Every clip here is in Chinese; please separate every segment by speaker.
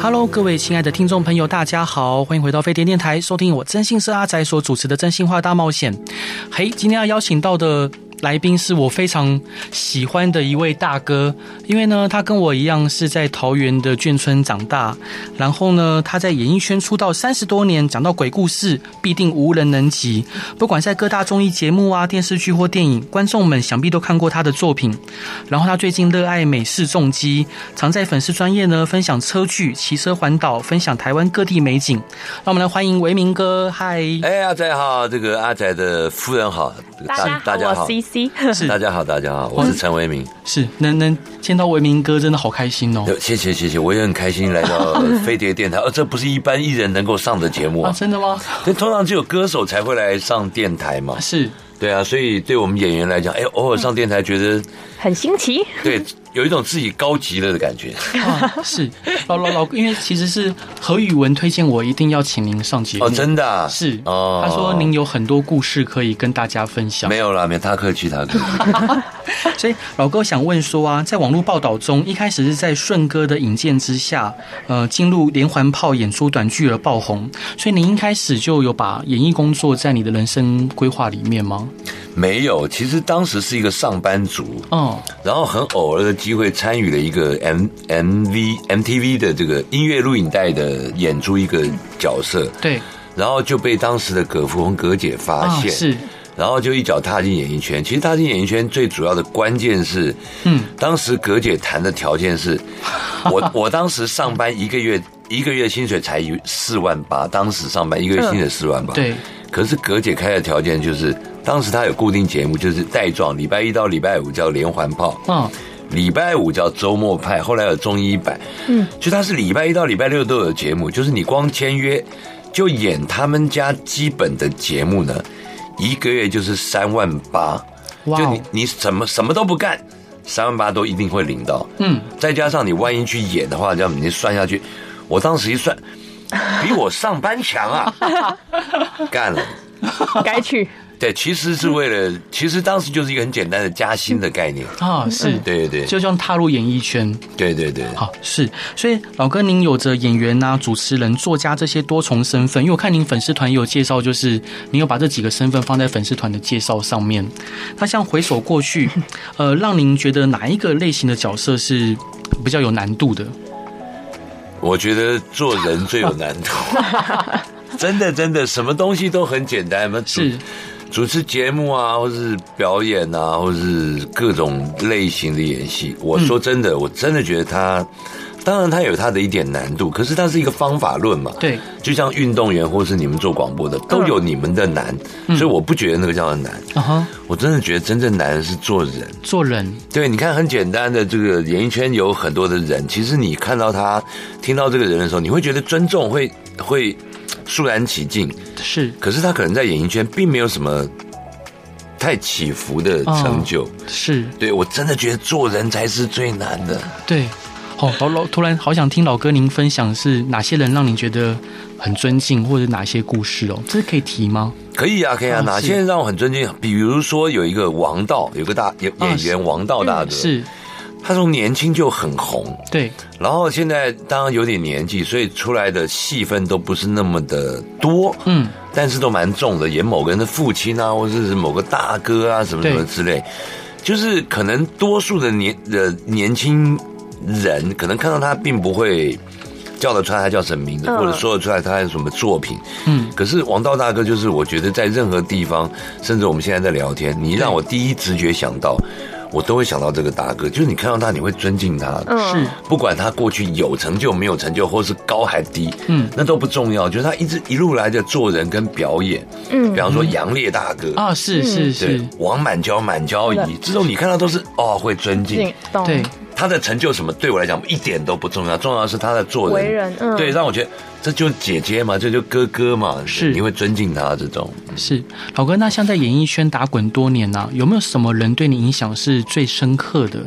Speaker 1: Hello，各位亲爱的听众朋友，大家好，欢迎回到飞碟电台，收听我真心是阿宅所主持的《真心话大冒险》。嘿，今天要邀请到的来宾是我非常喜欢的一位大哥，因为呢，他跟我一样是在桃园的眷村长大，然后呢，他在演艺圈出道哦三十多年，讲到鬼故事必定无人能及。不管在各大综艺节目啊、电视剧或电影，观众们想必都看过他的作品。然后他最近热爱美式重机，常在粉丝专业呢分享车距、骑车环岛，分享台湾各地美景。让我们来欢迎维明哥，嗨，
Speaker 2: 哎，阿仔好，这个阿仔的夫人好，这个
Speaker 3: 大家好，我 CC。
Speaker 1: 是
Speaker 2: 大家好，大家好，我是陈为民。
Speaker 1: 是，能能见到维明哥真的好开心哦！
Speaker 2: 呃谢谢谢谢，我也很开心来到飞碟 电台。呃，这不是一般艺人能够上的节目
Speaker 1: 啊，
Speaker 2: 啊，
Speaker 1: 真的吗？
Speaker 2: 这通常只有歌手才会来上电台嘛。
Speaker 1: 是，
Speaker 2: 对啊，所以对我们演员来讲，哎，偶尔上电台觉得
Speaker 3: 很新奇，
Speaker 2: 对，有一种自己高级了的感觉。
Speaker 1: 啊、是老老老，因为其实是何宇文推荐我一定要请您上节目，
Speaker 2: 哦，真的啊
Speaker 1: 是他说您有很多故事可以跟大家分享
Speaker 2: 没。有啦，没有他客气，他客气。
Speaker 1: 所以老哥想问说啊，在网络报道中，一开始是在顺哥的引荐之下，呃，进入连环炮演出短剧而爆红，所以您一开始就有把演艺工作在你的人生规划里面吗？
Speaker 2: 没有，其实当时是一个上班族，
Speaker 1: 哦，
Speaker 2: 然后很偶尔的机会参与了一个 M M V M T V 的这个音乐录影带的演出一个角色，
Speaker 1: 对，
Speaker 2: 然后就被当时的葛福红葛姐发
Speaker 1: 啊，
Speaker 2: 现，
Speaker 1: 是，
Speaker 2: 然后就一脚踏进演艺圈。其实踏进演艺圈最主要的关键是，
Speaker 1: 嗯，
Speaker 2: 当时葛姐谈的条 件是，我我当时上班一个月一个月薪水才一四万八，当时上班一个月薪水四万
Speaker 1: 嗯
Speaker 2: 八，
Speaker 1: 对，
Speaker 2: 可是葛姐开的条件就是，当时她有固定节目，就是带状，礼拜一到礼拜五叫连环炮，
Speaker 1: 嗯，
Speaker 2: 礼拜五叫周末派，后来有中医版，嗯，就它是礼拜一到礼拜六都有节目，就是你光签约就演他们家基本的节目呢，一个月就是三万八，
Speaker 1: 哇
Speaker 2: 就
Speaker 1: 哦
Speaker 2: 你，你什么什么都不干，三万八都一定会领到，
Speaker 1: 嗯，
Speaker 2: 再加上你万一去演的话，这样你算下去，我当时 一算，比我上班强啊，干了。
Speaker 3: 该去。
Speaker 2: 对，其实是为了，其实当时就是一个很简单的加薪的概念。
Speaker 1: 啊，是，
Speaker 2: 对对对
Speaker 1: 就这样踏入演艺圈。
Speaker 2: 对对对，
Speaker 1: 好，是，所以老哥，您有着演员呐、啊主持人、作家这些多重身份，因为我看您粉丝团也有介绍，就是您有把这几个身份放在粉丝团的介绍上面。那像回首过 去，呃，让您觉得哪一个类型的角色是比较有难度的？
Speaker 2: 我觉得做人最有难 度，真的真的，什么东西都很简单，什么主
Speaker 1: 是
Speaker 2: 主持节目啊，或是表演啊，或是各种类型的演戏。我说真
Speaker 1: 嗯
Speaker 2: 的，我真的觉得他，当然他有他的一点难度，可是它是一个方法论嘛。
Speaker 1: 对，嗯
Speaker 2: 就像运动员或是你们做广播的，都有你们的难，所以我不觉得那个叫难。
Speaker 1: 啊哈，
Speaker 2: 我真的觉得真正难的是做人。
Speaker 1: 做人
Speaker 2: 对，你看很简单的这个演艺圈有很多的人，其实你看到他、听到这个人的时候，你会觉得尊重会会肃然起敬，
Speaker 1: 是
Speaker 2: 可是他可能在演艺圈并没有什么太起伏的成就。
Speaker 1: 哦是，
Speaker 2: 对我真的觉得做人才是最难的。
Speaker 1: 对。哦，老老突然好想听老哥您分享是哪些人让您觉得很尊敬，或者哪些故事哦，这是可以提吗？
Speaker 2: 可以啊，可以啊，
Speaker 1: 嗯
Speaker 2: 哪些人让我很尊敬？比如说有一个王道，有个大演
Speaker 1: 啊
Speaker 2: 演
Speaker 1: 是
Speaker 2: 员王道哦大
Speaker 1: 哦
Speaker 2: 哥，
Speaker 1: 是，
Speaker 2: 他从年轻就很红，
Speaker 1: 对，
Speaker 2: 然后现在当然有点年纪，所以出来的戏份都不是那么的多，
Speaker 1: 嗯，
Speaker 2: 但是都蛮重的，演某个人的父亲啊，或者是某个大哥啊，什么什么
Speaker 1: 对
Speaker 2: 之类，就是可能多数的年的年轻人，可能看到他并不会叫得出来他叫什么名字，
Speaker 3: 嗯
Speaker 2: 或者说得出来他有什么作品，
Speaker 1: 嗯，
Speaker 2: 可是王道大哥就是，我觉得在任何地方，甚至我们现在在聊天，你让我第一直觉想到，我都会想到这个大哥。就是你看到他，你会尊敬他，
Speaker 3: 嗯
Speaker 1: 是，
Speaker 2: 不管他过去有成就没有成就，或是高还低，
Speaker 1: 嗯
Speaker 2: 那都不重要。就是他一直一路来的做人跟表演，比
Speaker 3: 嗯，
Speaker 2: 方说杨烈大哥。
Speaker 1: 啊，是是
Speaker 2: 对
Speaker 1: 是，，
Speaker 2: 王满娇、满娇
Speaker 3: 是的
Speaker 2: 仪这种你看到都是哦，会尊敬
Speaker 3: 懂。
Speaker 1: 对，
Speaker 2: 他的成就什么对我来讲一点都不重要，重要的是他的做人，
Speaker 3: 为人嗯
Speaker 2: 对，让我觉得这就是姐姐嘛，这就哥哥嘛，
Speaker 1: 是
Speaker 2: 你会尊敬他这种。
Speaker 1: 是老哥，那像在演艺圈打滚多年呢、有没有什么人对你影响是最深刻的？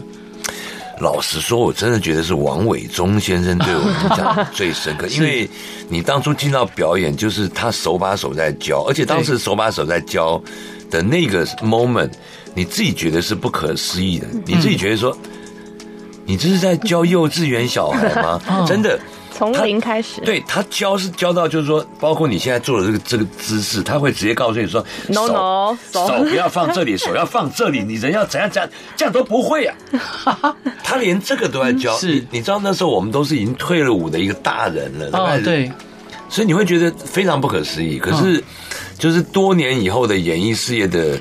Speaker 2: 老实说，我真的觉得是王伟忠先生对我影响最深刻，因为你当初进到表演，就是他手把手在教，而且当时手把手在教的那个 moment，你自己觉得是不可思议的，你自己觉得说，你这是在教幼稚园小孩吗？真的。
Speaker 3: 从
Speaker 2: 他
Speaker 3: 零开始，
Speaker 2: 对他教是教到，就是说，包括你现在做的这个这个姿势，他会直接告诉你说
Speaker 3: No,
Speaker 2: 手
Speaker 3: no, 手
Speaker 2: 手不要放这里，手要放这里，你人要怎样怎样，这样都不会啊。 嗯他连这个都在教，
Speaker 1: 是
Speaker 2: 你你知道那时候我们都是已经退了伍的一个大人了，大概
Speaker 1: 哦，
Speaker 2: 是
Speaker 1: 对，
Speaker 2: 所以你会觉得非常不可思议。可是，就是多年以后的演艺事业的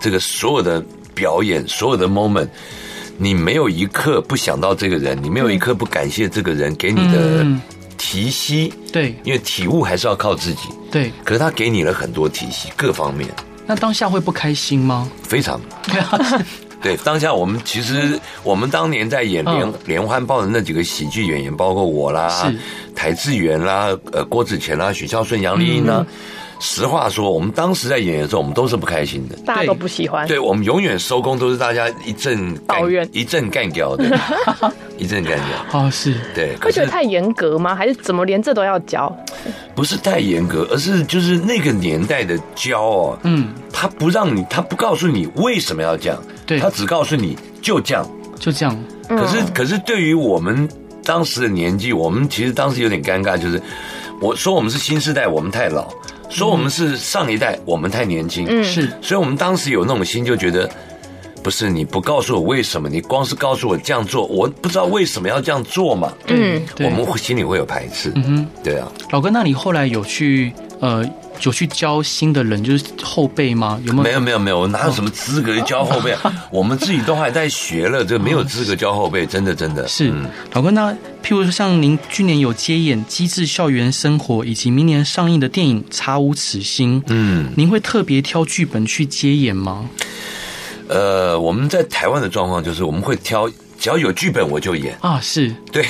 Speaker 2: 这个所有的表演，所有的 moment，你没有一刻不想到这个人，你没有一刻不感谢这个人给你的
Speaker 1: 嗯
Speaker 2: 提息，
Speaker 1: 对
Speaker 2: 因为体悟还是要靠自己。
Speaker 1: 对。
Speaker 2: 可是他给你了很多提息，各方面
Speaker 1: 那当下会不开心吗？
Speaker 2: 非 常。
Speaker 1: 对啊，
Speaker 2: 对，当下我们其
Speaker 3: 嗯
Speaker 2: 实我们当年在演联
Speaker 1: 嗯
Speaker 2: 联欢报的那几个喜剧演员，包括我啦
Speaker 1: 是、
Speaker 2: 台志远啦、呃郭子乾啦、许孝顺、杨丽英
Speaker 3: 嗯
Speaker 2: 啦。实话说，我们当时在演的时候，我们都是不开心的。
Speaker 3: 大家都不喜欢。
Speaker 2: 对，我们永远收工都是大家一阵干
Speaker 3: 哎抱怨
Speaker 2: 一阵干掉 的，一阵干掉。
Speaker 1: 哦是，
Speaker 2: 对，可
Speaker 3: 会觉
Speaker 2: 是
Speaker 3: 得太严格吗？还是怎么连这都要教？
Speaker 2: 不是太严格，而是就是那个年代的骄傲。啊
Speaker 1: 嗯，
Speaker 2: 他不让你，他不告诉你为什么要这样，
Speaker 1: 对
Speaker 2: 他只告诉你就这样。
Speaker 1: 就这样，
Speaker 3: 嗯
Speaker 2: 可是，可是对于我们当时的年纪，我们其实当时有点尴尬，就是我说我们是新时代，我们太老；说我们是上一代，我们太年轻。
Speaker 3: 嗯
Speaker 1: 是
Speaker 2: 所以我们当时有那种心，就觉得不是你不告诉我为什么，你光是告诉我这样做，我不知道为什么要这样做嘛。
Speaker 1: 对
Speaker 3: 嗯
Speaker 2: 我
Speaker 1: 对。
Speaker 2: 们会心里会有排斥。
Speaker 1: 嗯
Speaker 2: 对啊，
Speaker 1: 哼，老哥，那你后来有去呃有去教新的人，就是后辈吗？有没
Speaker 2: 没
Speaker 1: 有？
Speaker 2: 有没有没有，我哪有什么资格教后辈？啊 我们自己都还在学了，这没有资格教后辈，真的真的
Speaker 1: 是、
Speaker 2: 嗯
Speaker 1: 老哥，那譬如说像您去年有接演《机智校园生活》，以及明年上映的电影《查无此心》，
Speaker 2: 嗯。
Speaker 1: 您会特别挑剧本去接演吗？
Speaker 2: 呃，我们在台湾的状况就是我们会挑，只要有剧本我就演。
Speaker 1: 啊，是
Speaker 2: 对，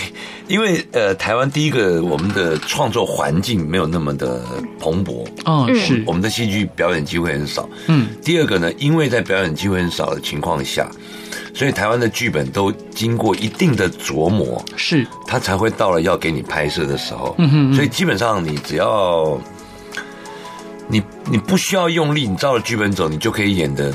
Speaker 2: 因为呃，台湾第一个我们的创作环境没有那么的蓬勃，
Speaker 1: 哦，是
Speaker 2: 我，们的戏剧表演机会很少。
Speaker 1: 嗯，
Speaker 2: 第二个呢，因为在表演机会很少的情况下，所以台湾的剧本都经过一定的琢磨，
Speaker 1: 是，
Speaker 2: 它才会到了要给你拍摄的时候。
Speaker 1: 嗯哼嗯
Speaker 2: 所以基本上你只要你你不需要用力，你照着剧本走，你就可以演的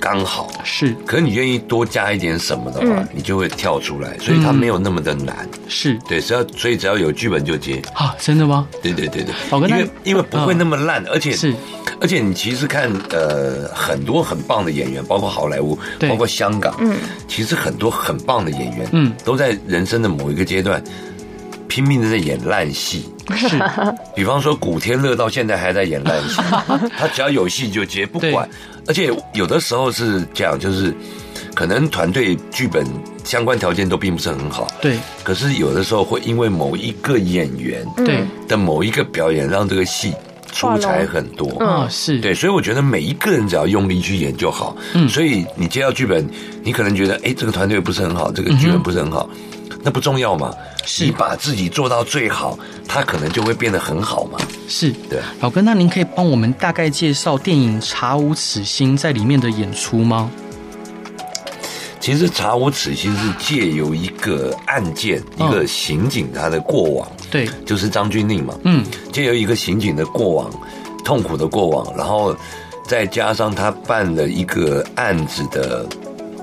Speaker 2: 刚好。
Speaker 1: 是
Speaker 2: 可是你愿意多加一点什么的话，
Speaker 3: 嗯
Speaker 2: 你就会跳出来，所以它没有那么的难。
Speaker 1: 是
Speaker 2: 对，只要所以只要有剧本就接，
Speaker 1: 啊，真的吗？
Speaker 2: 对对对对，
Speaker 1: 宝哥
Speaker 2: 因
Speaker 1: 哦那嗯
Speaker 2: 为因为不会那么烂，而且
Speaker 1: 是
Speaker 2: 而且你其实看呃很多很棒的演员，包括好莱坞，
Speaker 1: 对
Speaker 2: 包括香港，嗯，其实很多很棒的演员，
Speaker 1: 嗯
Speaker 2: 都在人生的某一个阶段拼命的在演烂戏。
Speaker 1: 是，
Speaker 2: 比方说古天乐到现在还在演烂 戏，他只要有戏就接，不管。而且有的时候是这样，就是可能团队剧本相关条件都并不是很好，
Speaker 1: 对
Speaker 2: 可是有的时候会因为某一个演员
Speaker 1: 对
Speaker 2: 的某一个表演，让这个戏出彩很多。
Speaker 3: 嗯
Speaker 1: 啊，是，
Speaker 2: 对，所以我觉得每一个人只要用力去演就好。
Speaker 1: 嗯
Speaker 2: 所以你接到剧本，你可能觉得，哎、这个团队不是很好，这个剧本不是很好，那不重要嘛。
Speaker 1: 嗯是
Speaker 2: 你把自己做到最好，它可能就会变得很好嘛。
Speaker 1: 是。
Speaker 2: 对，
Speaker 1: 老哥，那您可以帮我们大概介绍电影《查无此心》在里面的演出吗？
Speaker 2: 其实查无此心是借由一个案件，
Speaker 1: 嗯
Speaker 2: 一个刑警他的过往，
Speaker 1: 对，
Speaker 2: 就是张钧甯嘛，
Speaker 1: 嗯，
Speaker 2: 借由一个刑警的过往，痛苦的过往，然后再加上他办了一个案子的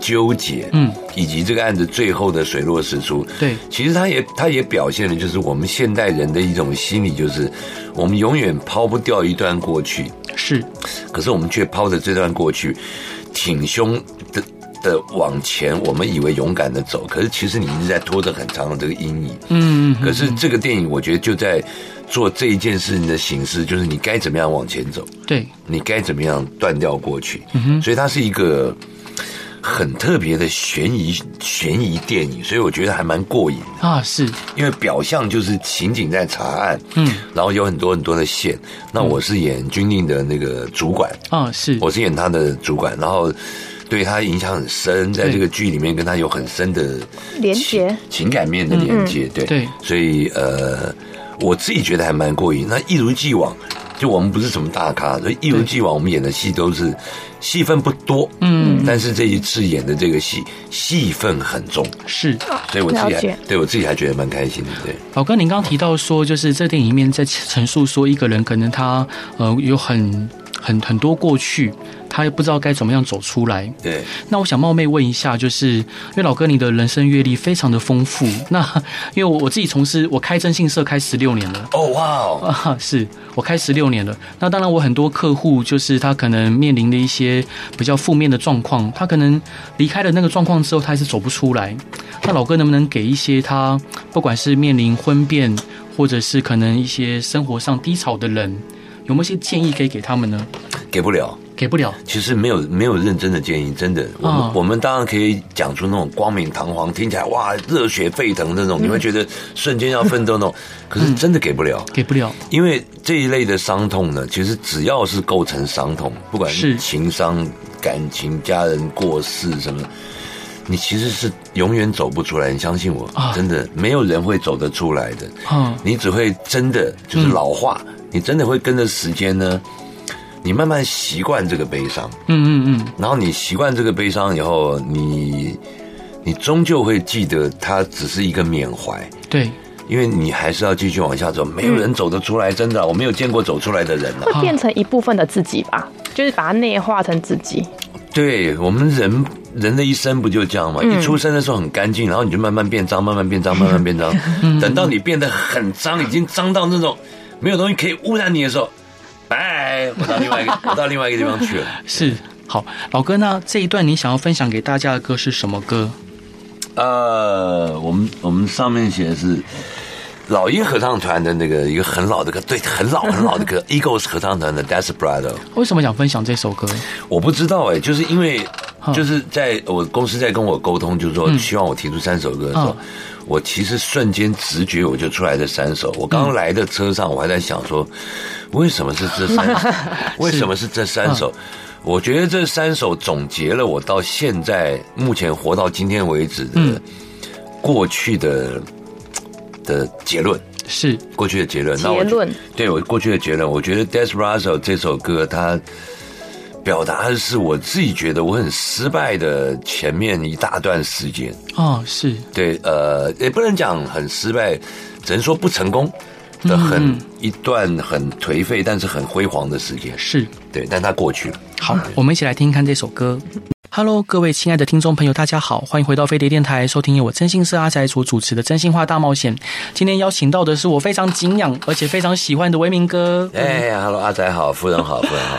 Speaker 2: 纠结，
Speaker 1: 嗯，
Speaker 2: 以及这个案子最后的水落石出，
Speaker 1: 对，
Speaker 2: 其实他也他也表现了就是我们现代人的一种心理，就是我们永远抛不掉一段过去，
Speaker 1: 是，
Speaker 2: 可是我们却抛着这段过去，挺胸的的往前，我们以为勇敢的走，可是其实你一直在拖着很长的这个阴影。
Speaker 1: 嗯，
Speaker 2: 可是这个电影，我觉得就在做这一件事情的形式，就是你该怎么样往前走，
Speaker 1: 对，
Speaker 2: 你该怎么样断掉过去。
Speaker 1: 嗯
Speaker 2: 所以它是一个很特别的悬疑悬疑电影，所以我觉得还蛮过瘾的。
Speaker 1: 啊，是，
Speaker 2: 因为表象就是刑警在查案，
Speaker 1: 嗯，
Speaker 2: 然后有很多很多的线。那我是演军令的那个主管，
Speaker 1: 啊，是，
Speaker 2: 我是演他的主管，然后对他影响很深，在这个剧里面跟他有很深的
Speaker 3: 连
Speaker 2: 情
Speaker 3: 结嗯
Speaker 2: 情感面的连接，对
Speaker 1: 对
Speaker 2: 所以呃，我自己觉得还蛮过瘾。那一如既往，就我们不是什么大咖，所以一如既往我们演的戏都是戏份不多，嗯，但是这一次演的这个戏戏份很重，
Speaker 1: 是
Speaker 2: 所以我自己
Speaker 3: 了解
Speaker 2: 还对我自己还觉得蛮开心的，对。
Speaker 1: 老哥，您刚提到说，就是这电影里面在陈述说，一个人可能他呃有很很很多过去，他也不知道该怎么样走出来。
Speaker 2: 对，
Speaker 1: 那我想冒昧问一下，就是因为老哥你的人生阅历非常的丰富， 那因为我我自己从事我开征信社开十六年了。
Speaker 2: 哦哇哦，
Speaker 1: 啊，是我开十六年了。那当然，我很多客户就是他可能面临的一些比较负面的状况，他可能离开了那个状况之后，他还是走不出来。那老哥能不能给一些他不管是面临婚变，或者是可能一些生活上低潮的人，有没有一些建议可以给他们呢？
Speaker 2: 给不了。
Speaker 1: 给不了，
Speaker 2: 其实没有没有认真的建议，真的，我们、
Speaker 1: 嗯
Speaker 2: 我们当然可以讲出那种光明堂皇，听起来哇热血沸腾那种，
Speaker 1: 嗯
Speaker 2: 你会觉得瞬间要奋 斗那种，可是真的给不了，
Speaker 1: 给不了，
Speaker 2: 因为这一类的伤痛呢，其实只要是构成伤痛，不管
Speaker 1: 是
Speaker 2: 是情伤、感情、家人过世什么的。你其实是永远走不出来，你相信我
Speaker 1: 啊，
Speaker 2: 真的没有人会走得出来的。
Speaker 1: 嗯，
Speaker 2: 你只会真的就是老化，你真的会跟着时间呢，你慢慢习惯这个悲伤，
Speaker 1: 嗯嗯嗯，
Speaker 2: 然后你习惯这个悲伤以后，你你终究会记得它只是一个缅怀，
Speaker 1: 对，
Speaker 2: 因为你还是要继续往下走，没有人走得出来，真的啊，我没有见过走出来的人啊。
Speaker 1: 啊
Speaker 3: 会变成一部分的自己吧，就是把它内化成自己。
Speaker 2: 对我们人人的一生不就这样吗？一出生的时候很干净，然后你就慢慢变脏，慢慢变脏，慢慢变 脏，等到你变得很脏，已经脏到那种没有东西可以污染你的时候，拜，我到另外一个我到另外一个地方去了。
Speaker 1: 是。好，老哥，那这一段你想要分享给大家的歌是什么歌？
Speaker 2: 呃，我们我们上面写的是老鹰合唱团的那个一个很老的歌，对，很老很老的歌，Eagles 合唱团的 Desperado。
Speaker 1: 为什么想分享这首歌？
Speaker 2: 我不知道哎、就是因为
Speaker 1: 嗯
Speaker 2: 就是在我公司在跟我沟通，就是说希望我提出三首歌的时候
Speaker 1: 嗯，
Speaker 2: 我其实瞬间直觉我就出来这三首。我刚来的车上，我还在想说，为什么是这
Speaker 1: 嗯
Speaker 2: 三首？为什么是这三首？我觉得这三首总结了我到现在目前活到今天为止
Speaker 1: 嗯
Speaker 2: 的过去的的结论。
Speaker 1: 是
Speaker 2: 过去的结论。
Speaker 3: 结
Speaker 2: 那我觉
Speaker 3: 论
Speaker 2: 对我过去的结论，我觉得《Desperado》这首歌它表达的是我自己觉得我很失败的前面一大段时间。
Speaker 1: 哦，是
Speaker 2: 对，呃，也不能讲很失败，只能说不成功的很、一段很颓废，但是很辉煌的时间。
Speaker 1: 是。
Speaker 2: 对，但它过去了。
Speaker 1: 好，我们一起来听听看这首歌。Hello，各位亲爱的听众朋友，大家好，欢迎回到飞碟电台，收听由我真心是阿宅所主持的《真心话大冒险》。今天邀请到的是我非常敬仰而且非常喜欢的维明哥，
Speaker 3: 嗯
Speaker 2: 哎，Hello，阿仔好，夫人好，夫人 好。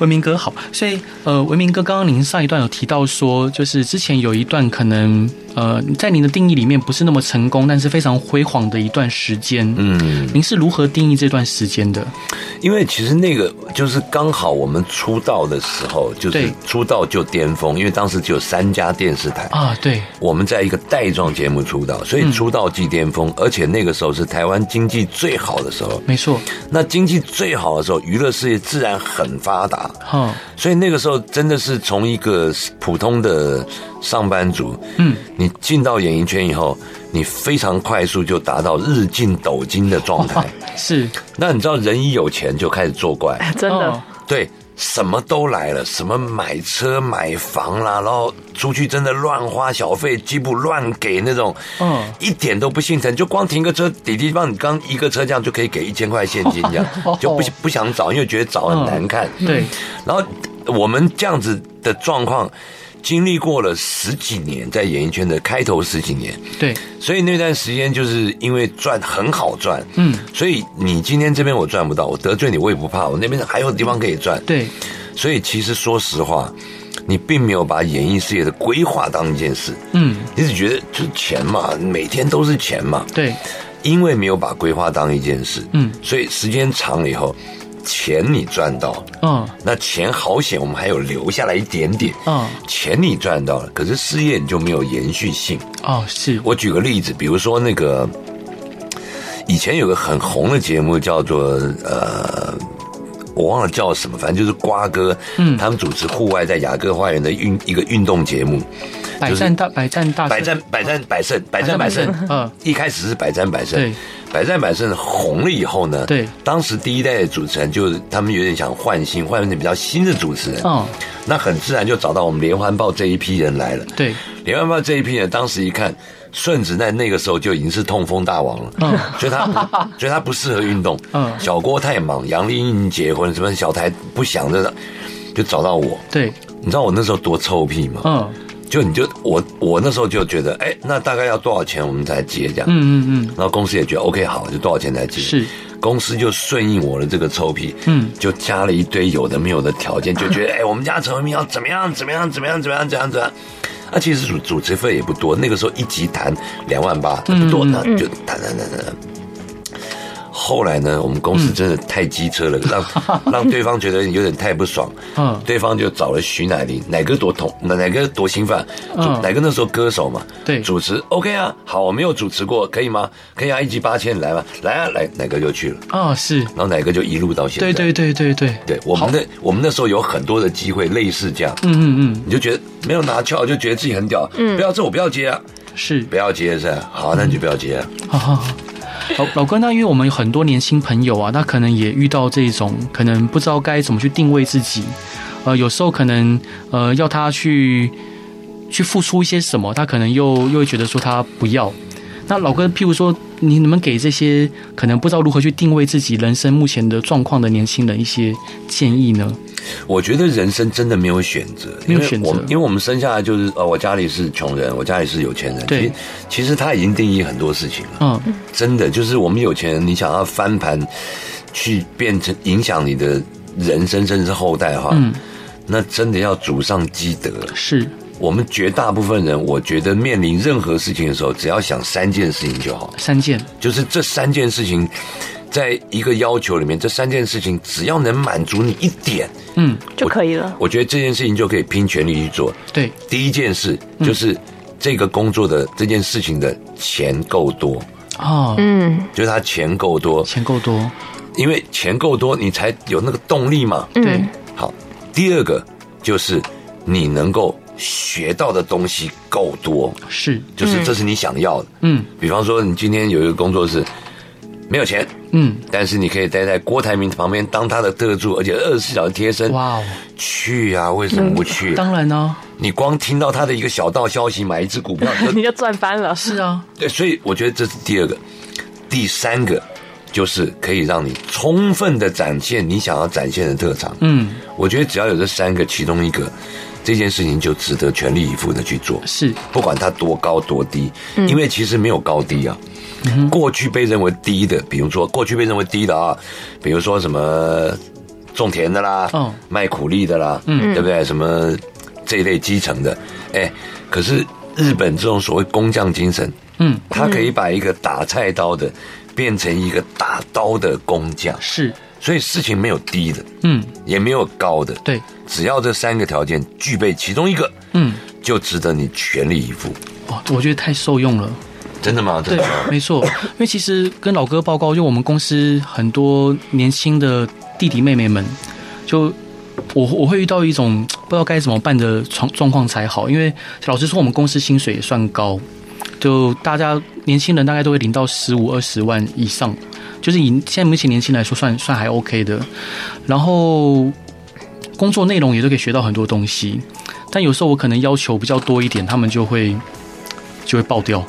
Speaker 1: 文明哥好，所以呃，文明哥，刚刚您上一段有提到说，就是之前有一段可能呃，在您的定义里面不是那么成功，但是非常辉煌的一段时间，
Speaker 2: 嗯，
Speaker 1: 您是如何定义这段时间的？
Speaker 2: 因为其实那个就是刚好我们出道的时候，就是
Speaker 1: 对
Speaker 2: 出道就巅峰，因为当时只有三家电视台
Speaker 1: 啊，对，
Speaker 2: 我们在一个带状节目出道，所以出道即巅峰，而且那个时候是台湾经济最好的时候。
Speaker 1: 没错，
Speaker 2: 那经济最好的时候，娱乐事业自然很发达，
Speaker 1: 哈、
Speaker 2: 所以那个时候真的是从一个普通的上班族，
Speaker 1: 嗯，
Speaker 2: 你进到演艺圈以后，你非常快速就达到日进斗金的状态
Speaker 1: 啊。，是
Speaker 2: 那你知道，人一有钱就开始作怪，
Speaker 3: 真的
Speaker 1: 哦，
Speaker 2: 对，什么都来了，什么买车买房啦，然后出去真的乱花小费，吉普乱给那种，
Speaker 1: 嗯
Speaker 2: 一点都不心疼，就光停个车，弟弟帮你刚一个车这样就可以给一千块现金 这样
Speaker 1: 哦，
Speaker 2: 就不不想找，因为觉得找很难看。
Speaker 1: 对，
Speaker 2: 然后我们这样子的状况。经历过了十几年，在演艺圈的开头十几年，
Speaker 1: 对，
Speaker 2: 所以那段时间就是因为赚很好赚，
Speaker 1: 嗯，
Speaker 2: 所以你今天这边我赚不到，我得罪你我也不怕，我那边还有地方可以赚，
Speaker 1: 对，
Speaker 2: 所以其实说实话，你并没有把演艺事业的规划当一件事，
Speaker 1: 嗯，
Speaker 2: 你只觉得就是钱嘛，每天都是钱嘛。
Speaker 1: 对，
Speaker 2: 因为没有把规划当一件事，
Speaker 1: 嗯
Speaker 2: 所以时间长了以后，钱你赚到，
Speaker 1: 嗯，
Speaker 2: 那钱好险，我们还有留下来一点点，
Speaker 1: 嗯
Speaker 2: 钱你赚到了，可是事业你就没有延续性。
Speaker 1: 哦，是，
Speaker 2: 我举个例子，比如说那个以前有个很红的节目叫做呃。我忘了叫什么，反正就是瓜哥，
Speaker 1: 嗯
Speaker 2: 他们主持户外在雅各花园的运一个运动节目，
Speaker 1: 百
Speaker 2: 就是
Speaker 1: 战大百战大
Speaker 2: 百战百战百胜，百战百胜，
Speaker 1: 嗯，
Speaker 2: 一开始是百战百胜
Speaker 1: 对，
Speaker 2: 百战百胜红了以后呢，
Speaker 1: 对
Speaker 2: 当时第一代的主持人就是他们有点想换新，换成比较新的主持人，
Speaker 1: 嗯，
Speaker 2: 那很自然就找到我们连环报这一批人来了。
Speaker 1: 对，
Speaker 2: 连环报这一批人当时一看，顺子在那个时候就已经是痛风大王了，
Speaker 1: 嗯
Speaker 2: 所以他 不所以他不适合运动，
Speaker 1: 嗯
Speaker 2: 小郭太忙，杨丽英结婚，什么小台不想着，就找到我，
Speaker 1: 对，
Speaker 2: 你知道我那时候多臭屁吗？
Speaker 1: 嗯
Speaker 2: 就你就我我那时候就觉得，哎、那大概要多少钱我们才接这样？
Speaker 1: 嗯嗯嗯，
Speaker 2: 然后公司也觉得 OK 好，就多少钱才接？
Speaker 1: 是，
Speaker 2: 公司就顺应我的这个臭屁，
Speaker 1: 嗯
Speaker 2: 就加了一堆有的没有的条件，就觉得哎、我们家陈文明要怎么样怎么样怎么样怎么样怎么样怎么样。啊，其实主主持费也不多，那个时候一集谈两万八，不多，
Speaker 1: 嗯
Speaker 2: 那就谈谈谈谈。后来呢，我们公司真的太机车了，让让对方觉得有点太不爽，
Speaker 1: 嗯
Speaker 2: 对方就找了徐乃麟，乃哥多同，乃乃哥多兴奋，主
Speaker 1: 嗯
Speaker 2: 乃哥那时候歌手嘛，
Speaker 1: 对
Speaker 2: 主持 OK 啊，好，我没有主持过，可以吗？可以啊，一集八千，来吧，来啊，来，乃哥就去了，
Speaker 1: 啊是，
Speaker 2: 然后乃哥就一路到现在，
Speaker 1: 对对对对对，
Speaker 2: 对，我们那我们那时候有很多的机会类似这样，
Speaker 1: 嗯嗯
Speaker 2: 你就觉得没有拿翘，就觉得自己很屌，不要这我不要接啊，
Speaker 1: 嗯是，
Speaker 2: 不要接是吧？好，那你就不要接啊，
Speaker 1: 好好好。老老哥，那因为我们有很多年轻朋友啊，那可能也遇到这种可能不知道该怎么去定位自己，呃，有时候可能呃要他去去付出一些什么，他可能又又会觉得说他不要。那老哥，譬如说，你能不能给这些可能不知道如何去定位自己人生目前的状况的年轻人一些建议呢？
Speaker 2: 我觉得人生真的没有选择，
Speaker 1: 没
Speaker 2: 因
Speaker 1: 有
Speaker 2: 为
Speaker 1: 选择
Speaker 2: 我们因为我们生下来就是呃，我家里是穷人，我家里是有钱人，
Speaker 1: 对
Speaker 2: 其实其实他已经定义很多事情了。
Speaker 1: 嗯，
Speaker 2: 真的就是我们有钱人，你想要翻盘，去变成影响你的人生甚至是后代的话，
Speaker 1: 嗯
Speaker 2: 那真的要祖上积德。
Speaker 1: 是，
Speaker 2: 我们绝大部分人，我觉得面临任何事情的时候，只要想三件事情就好，
Speaker 1: 三件，
Speaker 2: 就是这三件事情，在一个要求里面，这三件事情只要能满足你一点，
Speaker 1: 嗯，
Speaker 3: 就可以了。
Speaker 2: 我觉得这件事情就可以拼全力去做。
Speaker 1: 对，
Speaker 2: 第一件事就是这个工作的这件事情的钱够多，
Speaker 1: 哦，
Speaker 3: 嗯，
Speaker 2: 就是他钱够多，
Speaker 1: 钱够多，
Speaker 2: 因为钱够多，你才有那个动力嘛。
Speaker 3: 嗯
Speaker 1: 对，
Speaker 2: 好，第二个就是你能够学到的东西够多，
Speaker 1: 是，
Speaker 2: 就是这是你想要的。
Speaker 1: 嗯
Speaker 2: 比方说，你今天有一个工作是没有钱，
Speaker 1: 嗯，
Speaker 2: 但是你可以待在郭台铭旁边当他的特助，而且二十四小时贴身。
Speaker 1: 哇嗯哦，
Speaker 2: 去啊，为什么不去？
Speaker 1: 当然呢、
Speaker 2: 你光听到他的一个小道消息，买一只股票，你就
Speaker 3: 你就赚翻了。
Speaker 1: 是啊，
Speaker 2: 对，所以我觉得这是第二个，第三个就是可以让你充分的展现你想要展现的特长。
Speaker 1: 嗯，
Speaker 2: 我觉得只要有这三个其中一个，这件事情就值得全力以赴的去做，
Speaker 1: 是，嗯
Speaker 2: 不管它多高多低，因为其实没有高低啊。过去被认为低的，比如说过去被认为低的啊，比如说什么种田的啦，
Speaker 1: 嗯
Speaker 2: 卖苦力的啦，
Speaker 1: 嗯
Speaker 2: 对不对？什么这一类基层的，哎，可是日本这种所谓工匠精神，
Speaker 1: 嗯，
Speaker 2: 他可以把一个打菜刀的变成一个打刀的工匠，
Speaker 1: 是，
Speaker 2: 所以事情没有低的，
Speaker 1: 嗯，
Speaker 2: 也没有高的，
Speaker 1: 对，
Speaker 2: 只要这三个条件具备其中一个，
Speaker 1: 嗯，
Speaker 2: 就值得你全力以赴。
Speaker 1: 哇，我觉得太受用了。
Speaker 2: 真的吗？真
Speaker 1: 对
Speaker 2: 的吗，
Speaker 1: 没错，因为其实跟老哥报告，就我们公司很多年轻的弟弟妹妹们，就我我会遇到一种不知道该怎么办的状状况才好。因为老实说，我们公司薪水也算高，就大家年轻人大概都会领到十五二十万以上，就是以现在目前年轻人来说算，算还 OK 的。然后工作内容也都可以学到很多东西，但有时候我可能要求比较多一点，他们就会就会爆掉。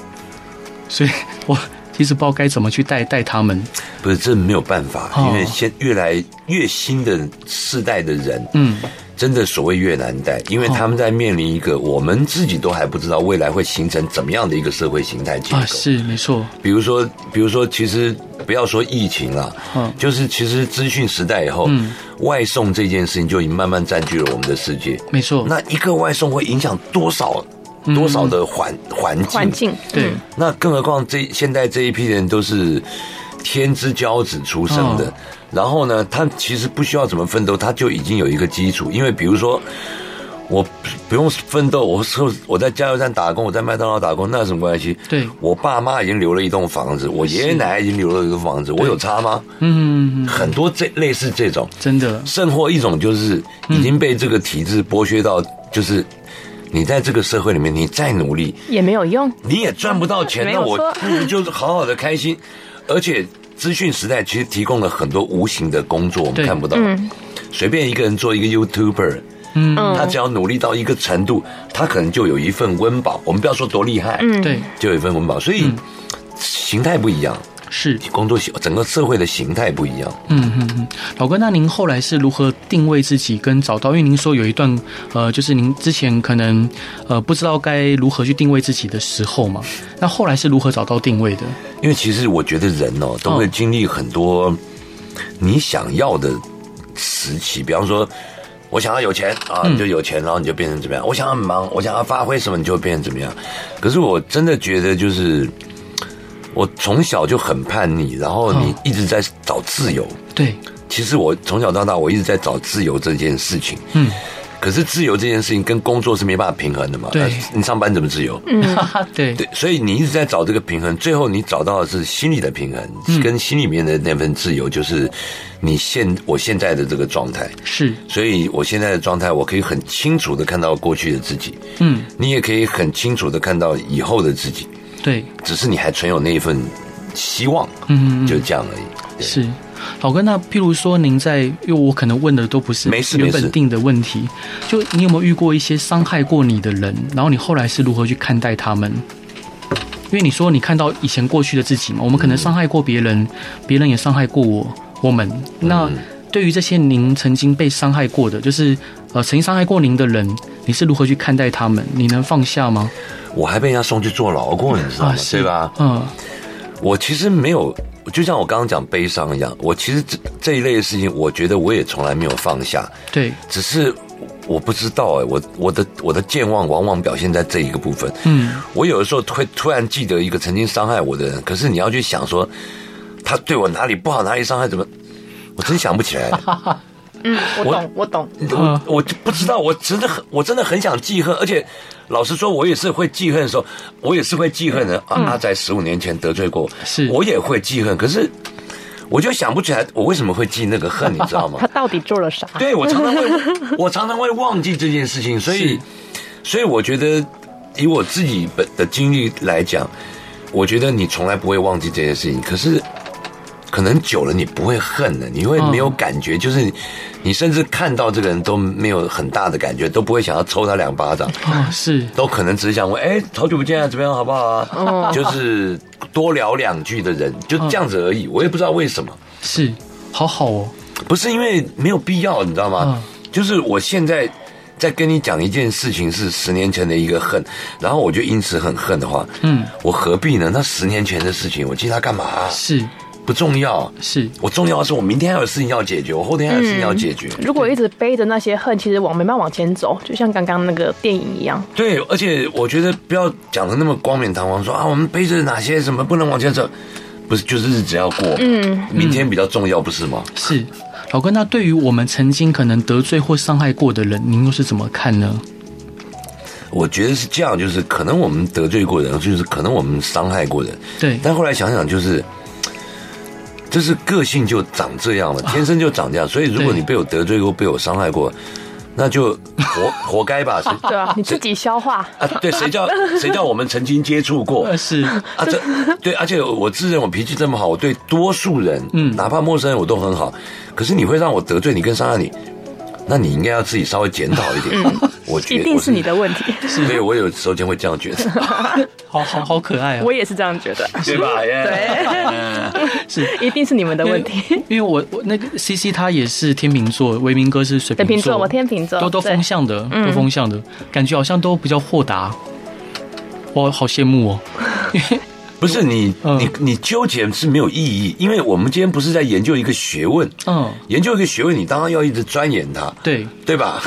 Speaker 1: 所以我其实不知道该怎么去带带他们。
Speaker 2: 不是，这没有办法，
Speaker 1: 哦
Speaker 2: 因为现越来越新的世代的人，
Speaker 1: 嗯，
Speaker 2: 真的所谓越难带，因为
Speaker 1: 哦
Speaker 2: 他们在面临一个我们自己都还不知道未来会形成怎么样的一个社会形态结构。
Speaker 1: 啊，是没错，
Speaker 2: 比如说，比如说，其实不要说疫情了，
Speaker 1: 嗯
Speaker 2: 就是其实资讯时代以后，
Speaker 1: 嗯
Speaker 2: 外送这件事情就已经慢慢占据了我们的世界。
Speaker 1: 没错，
Speaker 2: 那一个外送会影响多少多少的环环境？
Speaker 3: 环境，
Speaker 1: 对
Speaker 3: 嗯，
Speaker 2: 那更何况这现在这一批人都是天之骄子出生的，
Speaker 1: 哦
Speaker 2: 然后呢，他其实不需要怎么奋斗，他就已经有一个基础。因为比如说，我不用奋斗，我是我在加油站打工，我在麦当劳打工，那有什么关系？
Speaker 1: 对
Speaker 2: 我爸妈已经留了一栋房子，我爷爷奶奶已经留了一个房子，我有差吗？
Speaker 1: 嗯，
Speaker 2: 很多这类似这种，
Speaker 1: 真的，
Speaker 2: 甚或一种就是已经被这个体制剥削到，就是你在这个社会里面，你再努力，
Speaker 3: 也没有用，
Speaker 2: 你也赚不到钱，
Speaker 3: 没
Speaker 2: 那
Speaker 3: 有
Speaker 2: 我
Speaker 3: 错
Speaker 2: 不如就是好好的开心。而且资讯时代其实提供了很多无形的工作，我们
Speaker 1: 对
Speaker 2: 看不到。随便一个人做一个 YouTuber，
Speaker 1: 嗯，
Speaker 3: 嗯
Speaker 2: 他只要努力到一个程度，他可能就有一份温饱。我们不要说多厉害，
Speaker 3: 嗯，
Speaker 1: 对，
Speaker 2: 就有一份温饱。所以形态不一样，
Speaker 1: 是，
Speaker 2: 工作形整个社会的形态不一样。
Speaker 1: 嗯嗯嗯，老哥，那您后来是如何定位自己跟找到？因为您说有一段，呃，就是您之前可能呃不知道该如何去定位自己的时候嘛，那后来是如何找到定位的？
Speaker 2: 因为其实我觉得人哦，都会经历很多你想要的时期，比方说。我想要有钱啊，
Speaker 1: 嗯
Speaker 2: 你就有钱，然后你就变成怎么样？我想要很忙，我想要发挥什么，你就变成怎么样？可是我真的觉得，就是我从小就很叛逆，然后你
Speaker 1: 嗯
Speaker 2: 一直在找自由。
Speaker 1: 对，
Speaker 2: 其实我从小到大，我一直在找自由这件事情。
Speaker 1: 嗯，
Speaker 2: 可是自由这件事情跟工作是没办法平衡的嘛？
Speaker 1: 对
Speaker 2: 那你上班怎么自由？
Speaker 1: 哈哈， 对，
Speaker 2: 对，所以你一直在找这个平衡，最后你找到的是心理的平衡，
Speaker 1: 嗯
Speaker 2: 跟心里面的那份自由，就是你现我现在的这个状态。
Speaker 1: 是，
Speaker 2: 所以我现在的状态，我可以很清楚的看到过去的自己，
Speaker 1: 嗯，
Speaker 2: 你也可以很清楚的看到以后的自己，
Speaker 1: 对，
Speaker 2: 只是你还存有那一份希望，
Speaker 1: 嗯，
Speaker 2: 就这样而已。对
Speaker 1: 是。老哥，那譬如说，您在，因为我可能问的都不是
Speaker 2: 没事没
Speaker 1: 原
Speaker 2: 事
Speaker 1: 本定的问题，就你有没有遇过一些伤害过你的人，然后你后来是如何去看待他们？因为你说你看到以前过去的自己嘛，我们可能伤害过别
Speaker 2: 嗯
Speaker 1: 人，别人也伤害过我，我们那。对于这些您曾经被伤害过的，就是呃曾经伤害过您的人，你是如何去看待他们？你能放下吗？
Speaker 2: 我还被人家送去坐牢过，你知道吗？
Speaker 1: 是
Speaker 2: 对吧？
Speaker 1: 嗯，
Speaker 2: 我其实没有，就像我刚刚讲悲伤一样，我其实这这一类的事情，我觉得我也从来没有放下。
Speaker 1: 对，
Speaker 2: 只是我不知道哎、我我的我的健忘往往表现在这一个部分。
Speaker 1: 嗯，
Speaker 2: 我有的时候会突然记得一个曾经伤害我的人，可是你要去想说他对我哪里不好，哪里伤害怎么，我真想不起来。
Speaker 3: 嗯，我
Speaker 2: 我
Speaker 3: 懂，我懂，
Speaker 2: 我我就不知道，我真的很我真的很想记恨，而且老实说，我也是会记恨的时候，我也是会记恨的。啊，阿仔十五年前得罪过我，
Speaker 1: 嗯是
Speaker 2: 我也会记恨，可是我就想不起来我为什么会记那个恨，你知道吗
Speaker 3: 他？到底做了啥？
Speaker 2: 对我常 常会，我常常会忘记这件事情，所以
Speaker 1: 是，
Speaker 2: 所以我觉得以我自己本的经历来讲，我觉得你从来不会忘记这件事情，可是。可能久了你不会恨了，你会
Speaker 1: 嗯
Speaker 2: 没有感觉，就是你你甚至看到这个人都没有很大的感觉，都不会想要抽他两巴掌，
Speaker 1: 哦，是，
Speaker 2: 都可能只是想问，哎、好久不见啊，怎么样，好不好
Speaker 1: 哦
Speaker 2: 啊？就是多聊两句的人，就这样子而已。我也不知道为什么，
Speaker 1: 是，好好哦，
Speaker 2: 不是因为没有必要，你知道吗？就是我现在在跟你讲一件事情，是十年前的一个恨，然后我就因此很恨的话，
Speaker 1: 嗯，
Speaker 2: 我何必呢？那十年前的事情，我记它干嘛、
Speaker 1: 是
Speaker 2: 不重要。
Speaker 1: 是，
Speaker 2: 我重要的是，我明天还有事情要解决，我后天还有事情要解决。
Speaker 3: 如果一直背着那些恨，其实往没办法往前走，就像刚刚那个电影一样。
Speaker 2: 对，而且我觉得不要讲的那么光冕堂皇，说啊，我们背着哪些什么不能往前走，不是，就是日子要过，嗯，明天比较重要，不是吗？
Speaker 1: 是，老哥，那对于我们曾经可能得罪或伤害过的人，您又是怎么看呢？
Speaker 2: 我觉得是这样，就是可能我们得罪过人，就是可能我们伤害过人，
Speaker 1: 对，
Speaker 2: 但后来想想，就是这是个性就长这样了，天生就长这样。所以如果
Speaker 1: 对
Speaker 2: 你被我得罪过，被我伤害过，那就活 活该吧。谁
Speaker 3: 对啊，你自己消化。
Speaker 2: 啊，对，谁叫谁叫我们曾经接触过
Speaker 1: 呃，是，
Speaker 2: 啊？这对，而且我自认我脾气这么好，我对多数人，
Speaker 1: 嗯
Speaker 2: 哪怕陌生人我都很好。可是你会让我得罪你跟伤害你，那你应该要自己稍微检讨一点。我觉得
Speaker 3: 一定
Speaker 2: 我
Speaker 3: 是你的问 题，
Speaker 2: 对我有时候间会这样觉得，
Speaker 1: 好好好可爱啊
Speaker 3: 我！也是这样觉得，
Speaker 2: 对吧？哎耶
Speaker 3: 对，
Speaker 1: 是
Speaker 3: 一定是你们的
Speaker 1: 因为
Speaker 3: 问 题。
Speaker 1: 因为我我那个 C C 他也是天秤座，维明哥是水
Speaker 3: 水
Speaker 1: 瓶
Speaker 3: 瓶座，我天秤座，
Speaker 1: 都都
Speaker 3: 对嗯
Speaker 1: 风向的，都风向的、感觉好像都比较豁达，我好羡慕哦。
Speaker 2: 不是你，
Speaker 1: 嗯
Speaker 2: 你你纠结是没有意义，因为我们今天不是在研究一个学问，
Speaker 1: 嗯，
Speaker 2: 研究一个学问，你当然要一直钻研它，
Speaker 1: 对，
Speaker 2: 对吧？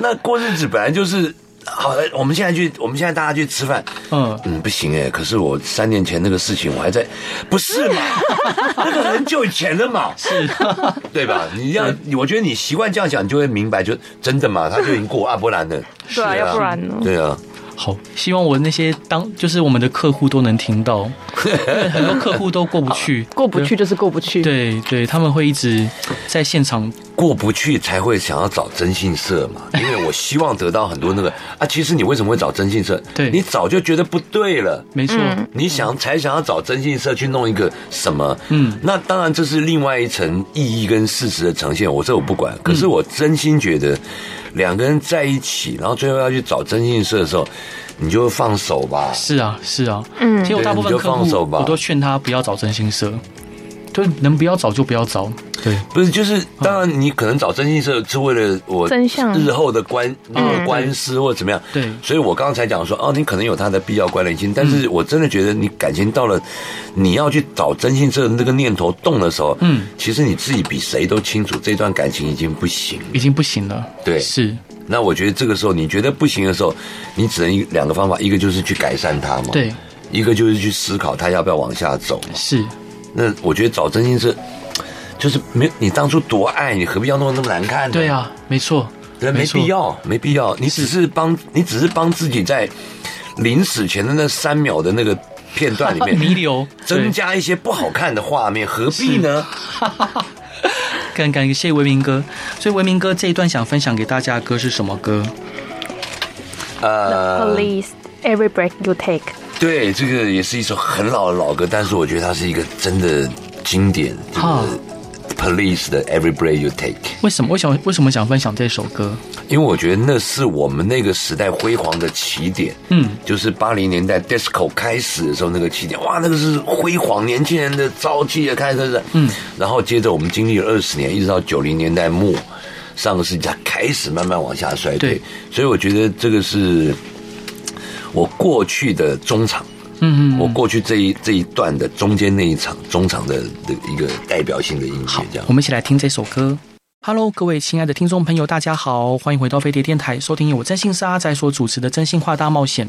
Speaker 2: 那过日子本来就是好，我们现在去，我们现在大家去吃饭。
Speaker 1: 嗯，
Speaker 2: 嗯，不行哎、可是我三年前那个事情，我还在，不是嘛？那个很久以前了嘛，是， 对吧？你要，我觉得你习惯这样想，你就会明白，就真的嘛，他就已经过阿波兰了，
Speaker 3: 对啊，要不然呢？
Speaker 2: 对啊，
Speaker 1: 好，希望我那些当就是我们的客户都能听到，因为很多客户都过不 去，
Speaker 3: 过不去就是过不去。
Speaker 1: 对。对对，他们会一直在现场，
Speaker 2: 过不去才会想要找征信社嘛，因为我希望得到很多那个啊。其实你为什么会找征信社？
Speaker 1: 对
Speaker 2: 你早就觉得不对了。
Speaker 1: 没错，
Speaker 3: 嗯
Speaker 2: 你想才想要找征信社去弄一个什么？
Speaker 1: 嗯
Speaker 2: 嗯，那当然这是另外一层意义跟事实的呈现，我这我不管。可是我真心觉得，两个人在一起，然后最后要去找征信社的时候，你就放手吧。
Speaker 1: 是啊是啊，
Speaker 3: 嗯
Speaker 1: 其实我大部分
Speaker 2: 对你就
Speaker 1: 客户
Speaker 2: 放手吧
Speaker 1: 我都劝他不要找真心社，就是能不要找就不要找，对，
Speaker 2: 不是，就是当然你可能找征信社是为了我
Speaker 3: 真相
Speaker 2: 日后的官那个官司或怎么样。
Speaker 1: 嗯对
Speaker 2: 所以我刚才讲说，哦，你可能有他的必要关联性，但是我真的觉得你感情到了你要去找征信社的那个念头动的时候，
Speaker 1: 嗯
Speaker 2: 其实你自己比谁都清楚，这段感情已经不行了。
Speaker 1: 已经不行了，
Speaker 2: 对
Speaker 1: 是，
Speaker 2: 那我觉得这个时候你觉得不行的时候，你只能一两个方法，一个就是去改善它嘛，
Speaker 1: 对，
Speaker 2: 一个就是去思考他要不要往下走嘛。
Speaker 1: 是，
Speaker 2: 那我觉得找真心是，就是没有你当初多爱你，何必要弄得那么难看呢？
Speaker 1: 对，啊，没错，
Speaker 2: 对，没
Speaker 1: 错
Speaker 2: 必，要，没必要。你只是帮，你只是帮自己在临死前的那三秒的那个片段里 面
Speaker 1: 弥 留
Speaker 2: 增
Speaker 1: 对
Speaker 2: 加一些不好看的画面，何必呢？
Speaker 1: 感感谢维明哥，所以维明哥这一段想分享给大家的歌是什么歌？
Speaker 2: 呃
Speaker 3: Police every break you take。
Speaker 2: 对，这个也是一首很老的老歌，但是我觉得它是一个真的经典。这
Speaker 1: 哈
Speaker 2: 个 Police 的 Every Breath You Take，
Speaker 1: 为什么？为什么？为什么想分享这首歌？
Speaker 2: 因为我觉得那是我们那个时代辉煌的起点。
Speaker 1: 嗯，
Speaker 2: 就是八零年代 disco 开始的时候那个起点，哇，那个是辉煌年轻人的朝气的开始。嗯，然后接着我们经历了二十年，一直到九零年代末，上个世纪才开始慢慢往下衰退
Speaker 1: 对。
Speaker 2: 所以我觉得这个是我过去的中场。
Speaker 1: 嗯嗯，
Speaker 2: 我过去这一这一段的中间那一场中场的的一个代表性的音乐，这样
Speaker 1: 我。们一起来听这首歌。Hello，各位亲爱的听众朋友，大家好，欢迎回到飞碟电台，收听由我真心是阿仔所主持的《真心话大冒险》。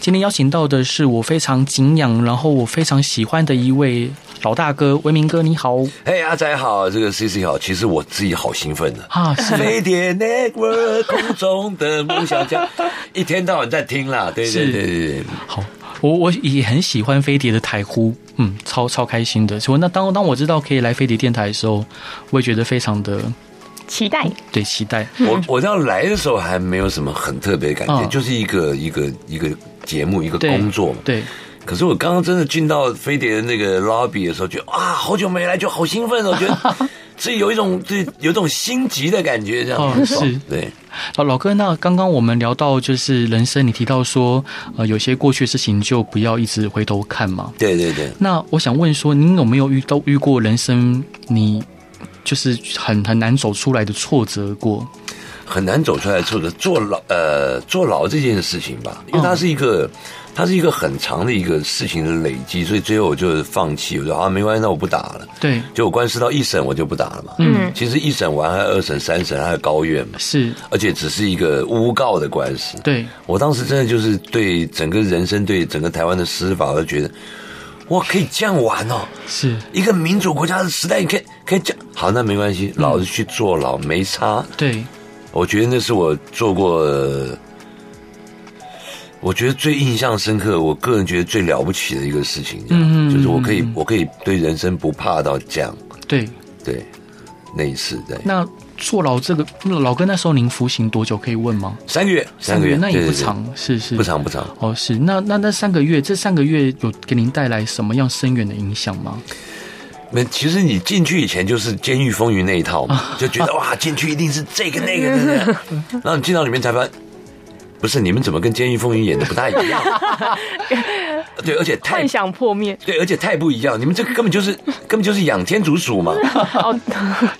Speaker 1: 今天邀请到的是我非常敬仰，然后我非常喜欢的一位老大哥，维明哥，你好
Speaker 2: 嘿，阿仔好，这个 C C 好，其实我自己好兴奋呢、
Speaker 1: 啊，是
Speaker 2: 飞碟 Network 空中的梦想家，一天到晚在听啦，对对
Speaker 1: 是
Speaker 2: 对对对，
Speaker 1: 好，我我也很喜欢飞碟的台呼，嗯，超超开心的。所以那当当我知道可以来飞碟电台的时候，我也觉得非常的
Speaker 3: 期待，
Speaker 1: 对期待。
Speaker 2: 我我到来的时候还没有什么很特别的感觉，
Speaker 1: 嗯
Speaker 2: 就是一个一个一个节目，一个
Speaker 1: 对
Speaker 2: 工作嘛。
Speaker 1: 对，
Speaker 2: 可是我刚刚真的进到飞碟的那个 lobby 的时候，觉得啊，好久没来，就好兴奋哦，觉 得自己有一种自己有一种心急的感觉，这样
Speaker 1: 哦
Speaker 2: 很爽
Speaker 1: 是
Speaker 2: 对。
Speaker 1: 老老哥，那刚刚我们聊到就是人生，你提到说，呃，有些过去的事情就不要一直回头看嘛。
Speaker 2: 对对对，
Speaker 1: 那我想问说，您有没有遇到遇过人生你就是很很难走出来的挫折过？
Speaker 2: 很难走出来做的坐牢，呃，坐牢这件事情吧，因为它是一个，它是一个很长的一个事情的累积，所以最后我就放弃，我说啊，没关系，那我不打了。
Speaker 1: 对，
Speaker 2: 就我官司到一审，我就不打了嘛。嗯，其实一审完还有二审、三审，还有高院嘛，
Speaker 1: 是，
Speaker 2: 而且只是一个诬告的官司。
Speaker 1: 对，
Speaker 2: 我当时真的就是对整个人生、对整个台湾的司法，我就觉得，哇，可以这样玩哦！
Speaker 1: 是，
Speaker 2: 一个民主国家的时代，你可以可以这样，好，那没关系，老子去坐牢没差。
Speaker 1: 对，
Speaker 2: 我觉得那是我做过，呃我觉得最印象深刻，我个人觉得最了不起的一个事情，这
Speaker 1: 嗯
Speaker 2: 样
Speaker 1: 嗯
Speaker 2: 就是我可以
Speaker 1: 嗯，
Speaker 2: 我可以对人生不怕到这样，
Speaker 1: 对。
Speaker 2: 对，那一次对，
Speaker 1: 那坐牢这个，老哥那时候您服刑多久可以问吗？
Speaker 2: 三个月，三个月，
Speaker 1: 那
Speaker 2: 对
Speaker 1: 也
Speaker 2: 对
Speaker 1: 不
Speaker 2: 对
Speaker 1: 长，是是
Speaker 2: 不。长不长。
Speaker 1: 哦，是那那那三个月，这三个月有给您带来什么样深远的影响吗？
Speaker 2: 那其实你进去以前就是《监狱风云》那一套嘛，
Speaker 1: 啊
Speaker 2: 就觉得哇，进去一定是这个那个那个，
Speaker 1: 嗯
Speaker 2: 然后你进到里面才发现，不是你们怎么跟《监狱风云》演的不大一 样？对，而且太
Speaker 3: 幻想破 灭。
Speaker 2: 对，而且太不一样，你们这根本就是 根本就是养天竺鼠嘛，
Speaker 3: 哦，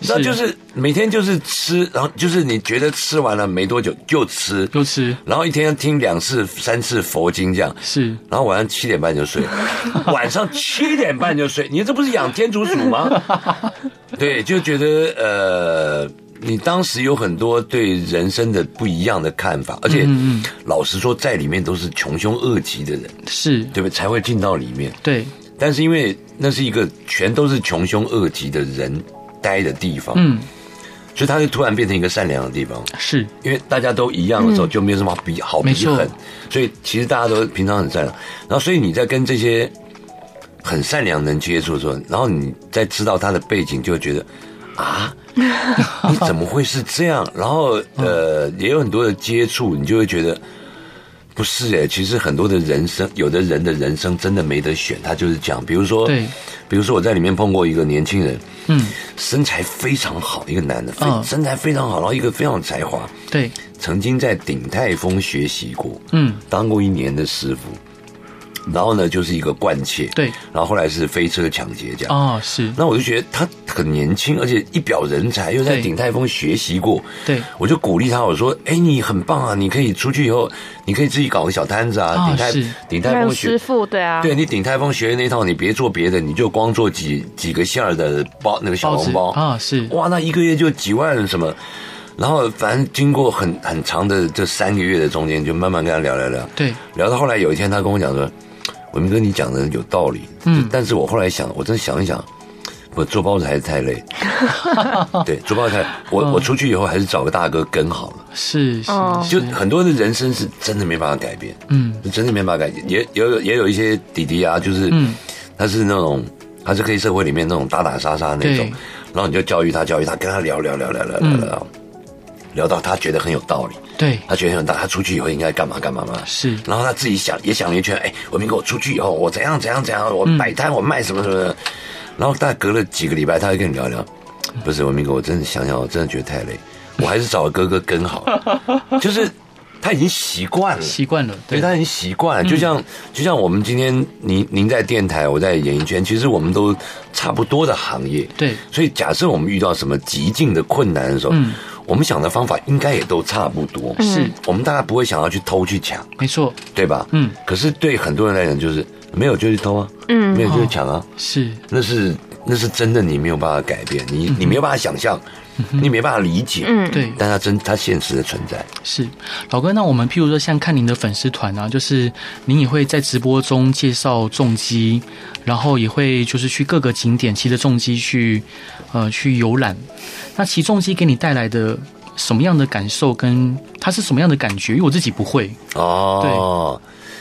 Speaker 2: 那就是每天就是吃，然后就是你觉得吃完了没多久就吃，
Speaker 1: 又吃
Speaker 2: 然后一天要听两次三次佛经这样，
Speaker 1: 是
Speaker 2: 然后晚上七点半 就睡，晚上七点 半就睡，你这不是养天竺鼠吗？对，就觉得呃。你当时有很多对人生的不一样的看法，而且
Speaker 1: 嗯嗯
Speaker 2: 老实说，在里面都是穷凶恶极的人，
Speaker 1: 是，
Speaker 2: 对不对？才会进到里面。
Speaker 1: 对，
Speaker 2: 但是因为那是一个全都是穷凶恶极的人待的地方，
Speaker 1: 嗯，
Speaker 2: 所以他就突然变成一个善良的地方。
Speaker 1: 是，
Speaker 2: 因为大家都一样的时候，就没有什么好比好比
Speaker 1: 嗯没
Speaker 2: 狠
Speaker 1: 错，
Speaker 2: 所以其实大家都平常很善良。然后，所以你在跟这些很善良的人接触的时候，然后你再知道他的背景，就会觉得 啊，你怎么会是这样？然后呃，也有很多的接触，你就会觉得不是诶、其实很多的人生，有的人的人生真的没得选，他就是这样。比如说，
Speaker 1: 对，
Speaker 2: 比如说我在里面碰过一个年轻人，
Speaker 1: 嗯，
Speaker 2: 身材非常好，一个男的，非
Speaker 1: 嗯
Speaker 2: 身材非常好，然后一个非常有才华。
Speaker 1: 对，
Speaker 2: 曾经在鼎泰丰学习过，
Speaker 1: 嗯，
Speaker 2: 当过一年的师傅，然后呢就是一个惯窃，
Speaker 1: 对，
Speaker 2: 然后后来是飞车抢劫这样。
Speaker 1: 哦，是，
Speaker 2: 那我就觉得他很年轻，而且一表人才，又在
Speaker 1: 对
Speaker 2: 鼎泰丰学习过，
Speaker 1: 对，
Speaker 2: 我就鼓励他，我说：“哎，你很棒啊，你可以出去以后，你可以自己搞个小摊子啊，
Speaker 1: 啊
Speaker 2: 鼎泰
Speaker 1: 是
Speaker 2: 鼎泰
Speaker 3: 还有
Speaker 2: 丰
Speaker 3: 师
Speaker 2: 学。”
Speaker 3: 傅，对啊，
Speaker 2: 对你鼎泰丰学的那一套，你别做别的，你就光做几几个馅儿的包那个小
Speaker 1: 包子
Speaker 2: 笼包
Speaker 1: 啊，是，
Speaker 2: 哇，那一个月就几万什么，然后反正经过很很长的这三个月的中间，就慢慢跟他聊聊聊，
Speaker 1: 对，
Speaker 2: 聊到后来有一天，他跟我讲说：“文明哥，你讲的有道理。”
Speaker 1: 嗯
Speaker 2: 但是我后来想，我真想一想，我做包子还是太累。对，做包子太，我我出去以后还是找个大哥跟好了。
Speaker 1: 是，是
Speaker 3: 哦，
Speaker 2: 就是很多的人生是真的没办法改变，
Speaker 1: 嗯，
Speaker 2: 是真的没办法改变。也也有也有一些弟弟啊，就是
Speaker 1: 嗯，
Speaker 2: 他是那种他是黑社会里面那种打打杀杀那种
Speaker 1: 对，
Speaker 2: 然后你就教育他教育他，跟他聊聊聊聊聊聊聊，
Speaker 1: 嗯
Speaker 2: 聊到他觉得很有道理，
Speaker 1: 对，
Speaker 2: 他觉得很有道理，他出去以后应该干嘛干嘛嘛。
Speaker 1: 是，
Speaker 2: 然后他自己想也想了一圈，哎，我明哥我出去以后我怎样怎样怎样，我
Speaker 1: 嗯
Speaker 2: 摆摊我卖什么什么的，然后大概隔了几个礼拜，他会跟你聊聊，不是文明哥，我真的想想，我真的觉得太累，我还是找哥哥跟好了， 就是他已经习惯了，
Speaker 1: 习惯了，
Speaker 2: 对
Speaker 1: 对，
Speaker 2: 他很习惯了，就像、
Speaker 1: 嗯
Speaker 2: 就像我们今天您您在电台，我在演艺圈，其实我们都差不多的行业，
Speaker 1: 对，
Speaker 2: 所以假设我们遇到什么极境的困难的时候，
Speaker 1: 嗯
Speaker 2: 我们想的方法应该也都差不多，
Speaker 1: 是，
Speaker 2: 我们大家不会想要去偷去抢，
Speaker 1: 没错，
Speaker 2: 对吧？
Speaker 1: 嗯，
Speaker 2: 可是对很多人来讲，就是没有就去偷啊，
Speaker 3: 嗯
Speaker 2: 没有就
Speaker 1: 哦
Speaker 2: 去抢啊，
Speaker 1: 是，
Speaker 2: 那是那是真的，你没有办法改变，
Speaker 1: 嗯
Speaker 2: 你你没有办法想象，你没办法理解，
Speaker 3: 嗯，
Speaker 1: 对，
Speaker 2: 但它真它现实的存在，
Speaker 1: 是，老哥，那我们譬如说，像看您的粉丝团啊，就是您也会在直播中介绍重机，然后也会就是去各个景点骑着重机去，呃，去游览。那骑重机给你带来的什么样的感受，跟它是什么样的感觉？因为我自己不会，
Speaker 2: 哦，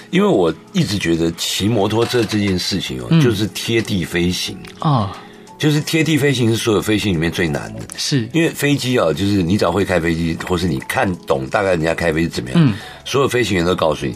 Speaker 2: 因为我一直觉得骑摩托车这件事情哦，
Speaker 1: 嗯
Speaker 2: 就是贴地飞行，
Speaker 1: 啊，
Speaker 2: 就是贴地飞行是所有飞行里面最难的。
Speaker 1: 是，
Speaker 2: 因为飞机啊，就是你只要会开飞机，或是你看懂大概人家开飞机怎么样，
Speaker 1: 嗯
Speaker 2: 所有飞行员都告诉你，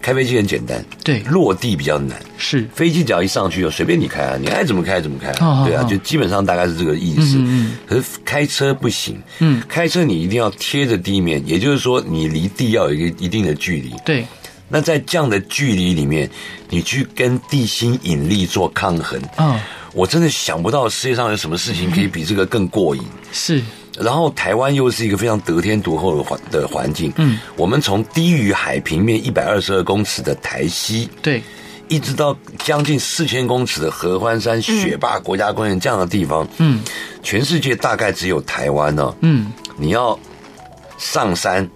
Speaker 2: 开飞机很简单，
Speaker 1: 对，
Speaker 2: 落地比较难。
Speaker 1: 是，
Speaker 2: 飞机只要一上去就随便你开啊，你爱怎么开怎么开、
Speaker 1: 哦
Speaker 2: 啊，对啊，
Speaker 1: 哦
Speaker 2: 就基本上大概是这个意思。
Speaker 1: 嗯
Speaker 2: 可是开车不行，
Speaker 1: 嗯，
Speaker 2: 开车你一定要贴着地面，也就是说你离地要有一个一定的距离。
Speaker 1: 对，
Speaker 2: 那在这样的距离里面，你去跟地心引力做抗衡，
Speaker 1: 啊，
Speaker 2: 我真的想不到世界上有什么事情可以比这个更过瘾。
Speaker 1: 是，
Speaker 2: 然后台湾又是一个非常得天独厚的环的环境，
Speaker 1: 嗯，
Speaker 2: 我们从低于海平面一百二十二公尺的台西，
Speaker 1: 对，
Speaker 2: 一直到将近四千公尺的合欢山雪霸国家公园这样的地方，
Speaker 1: 嗯
Speaker 2: 全世界大概只有台湾呢、
Speaker 1: 嗯，
Speaker 2: 你要上山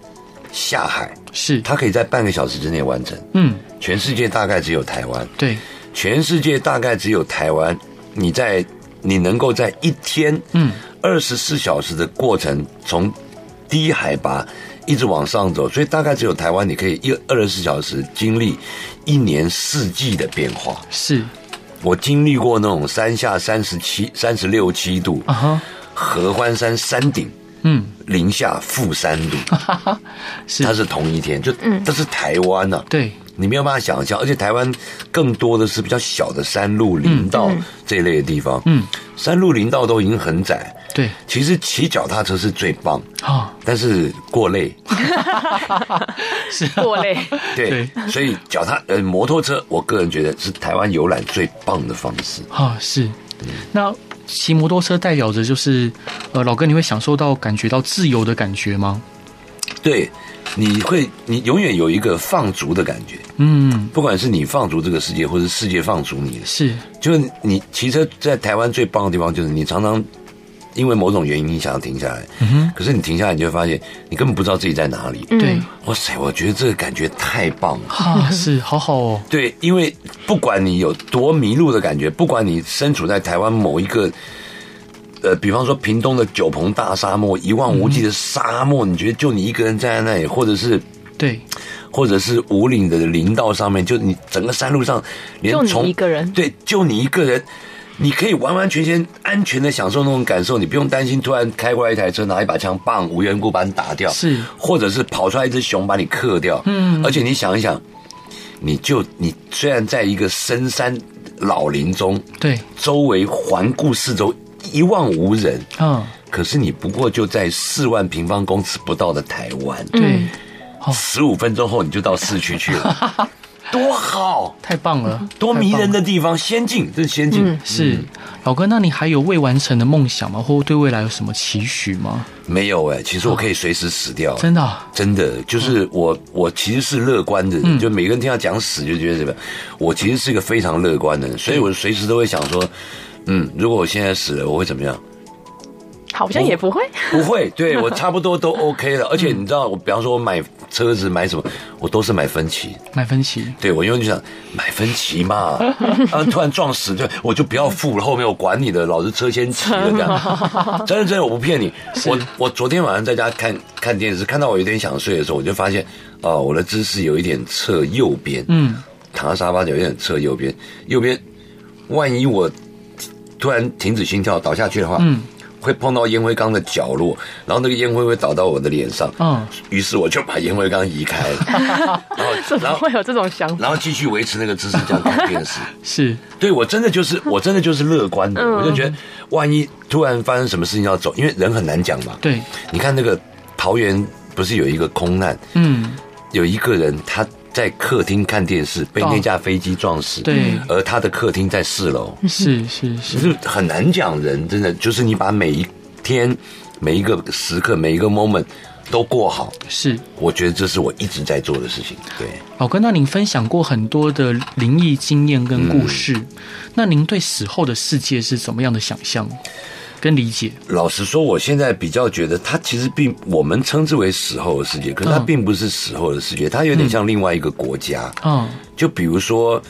Speaker 2: 下海，
Speaker 1: 是，
Speaker 2: 它可以在半个小时之内完成。
Speaker 1: 嗯，
Speaker 2: 全世界大概只有台湾，
Speaker 1: 对，
Speaker 2: 全世界大概只有台湾，你在你能够在一天，
Speaker 1: 嗯，
Speaker 2: 二十四小时的过程，从低海拔一直往上走，所以大概只有台湾，你可以一二十四小时经历一年四季的变化。
Speaker 1: 是，
Speaker 2: 我经历过那种山下三十七、三十六七度，
Speaker 1: 啊哈，
Speaker 2: 合欢山山顶
Speaker 1: 嗯，
Speaker 2: 零下负三度，
Speaker 1: 哈哈，啊是
Speaker 2: 它，是同一天，就这是台湾呐、啊。
Speaker 1: 对，
Speaker 2: 你没有办法想象，而且台湾更多的是比较小的山路、林道这一类的地方。
Speaker 1: 嗯，
Speaker 2: 山路、林道都已经很窄。
Speaker 1: 对，
Speaker 2: 其实骑脚踏车是最棒，
Speaker 1: 啊，
Speaker 2: 但是过 累。
Speaker 1: 是， 啊
Speaker 3: 过 累，
Speaker 2: 对，所以脚踏呃摩托车，我个人觉得是台湾游览最棒的方式。
Speaker 1: 啊、是。那骑摩托车代表着就是，呃，老哥，你会享受到感觉到自由的感觉吗？
Speaker 2: 对，你会你永远有一个放逐的感觉，
Speaker 1: 嗯，
Speaker 2: 不管是你放逐这个世界，或是世界放逐你。
Speaker 1: 是，
Speaker 2: 就是你骑车在台湾最棒的地方，就是你常常因为某种原因你想要停下来，可是你停下来，你就会发现你根本不知道自己在哪
Speaker 3: 嗯
Speaker 2: 里。
Speaker 1: 对
Speaker 2: 哇塞，我觉得这个感觉太棒了。
Speaker 1: 啊，是好好哦，
Speaker 2: 对，因为不管你有多迷路的感觉，不管你身处在台湾某一个，呃，比方说屏东的九鹏大沙漠，一望无际的沙漠，你觉得就你一个人站在那里，或者是
Speaker 1: 对，
Speaker 2: 或者是五岭的林道上面，就你整个山路上，连
Speaker 3: 就你
Speaker 2: 从
Speaker 3: 一个人
Speaker 2: 对，就你一个人，你可以完完全全安全的享受那种感受，你不用担心突然开过来一台车拿一把枪，棒，无缘无故把你打掉，
Speaker 1: 是
Speaker 2: 或者是跑出来一只熊把你克掉，嗯，而且你想一想，你就你虽然在一个深山老林中，
Speaker 1: 对，
Speaker 2: 周围环顾四周一望无人，
Speaker 1: 嗯，
Speaker 2: 可是你不过就在四万平方公尺不到的台湾，对
Speaker 1: 对，
Speaker 2: 十五分钟后你就到市区去了， 多好，
Speaker 1: 太棒了，
Speaker 2: 嗯多迷人
Speaker 1: 的。
Speaker 2: 的地嗯方，先进，这是先进。
Speaker 1: 是老哥，那你还有未完成的梦想吗？或对未来有什么期许吗？
Speaker 2: 没有哎、其实我可以随时死掉，
Speaker 1: 真的啊、
Speaker 2: 真的就是我，我其实是乐观的
Speaker 1: 嗯
Speaker 2: 人，就每个人听到讲死就觉得怎么样，我其实是一个非常乐观的人，所以我随时都会想说，嗯，如果我现在死了，我会怎么样？
Speaker 3: 好像也不会，
Speaker 2: 不会，对我差不多都 OK 了。而且你知道，我比方说我买车子买什么，我都是买分期，
Speaker 1: 买分期
Speaker 2: 对我因为就想买分期 嘛，啊，突然撞死，对，我就不要付了，后面我管你的，老子车先骑了这 样。真的真的，我不骗你，我我昨天晚上在家看看电视，看到我有点想睡的时候，我就发现啊、我的姿势有一点侧右边，
Speaker 1: 嗯，
Speaker 2: 躺在沙发角有点侧右边，右边，万一我突然停止心跳倒下去的话，
Speaker 1: 嗯。
Speaker 2: 会碰到烟灰缸的角落，然后那个烟灰会倒到我的脸上，
Speaker 1: 嗯，
Speaker 2: 于是我就把烟灰缸移 开了，然后
Speaker 3: 怎
Speaker 2: 然
Speaker 3: 么
Speaker 2: 后
Speaker 3: 会有这种想法？
Speaker 2: 然后继续维持那个姿势这样看电视。
Speaker 1: 是
Speaker 2: 对我真的就是我真的就是乐观的，我就觉得万一突然发生什么事情要走，因为人很难讲嘛。
Speaker 1: 对，
Speaker 2: 你看那个桃园不是有一个空难，
Speaker 1: 嗯，
Speaker 2: 有一个人他在客厅看电视被那架飞机撞死，
Speaker 1: 对嗯
Speaker 2: 而他的客厅在四楼，
Speaker 1: 是是，
Speaker 2: 就是是很难讲人，真的就是你把每一天、每一个时刻、每一个 moment 都过好，
Speaker 1: 是
Speaker 2: 我觉得这是我一直在做的事情。对。
Speaker 1: 老哥，那您分享过很多的灵异经验跟故事，那您对死后的世界是怎么样的想象跟理解？
Speaker 2: 老实说，我现在比较觉得它其实并我们称之为死后的世界，可是它
Speaker 1: 嗯
Speaker 2: 并不是死后的世界，它有点像另外一个国家。
Speaker 1: 嗯，
Speaker 2: 就比如说，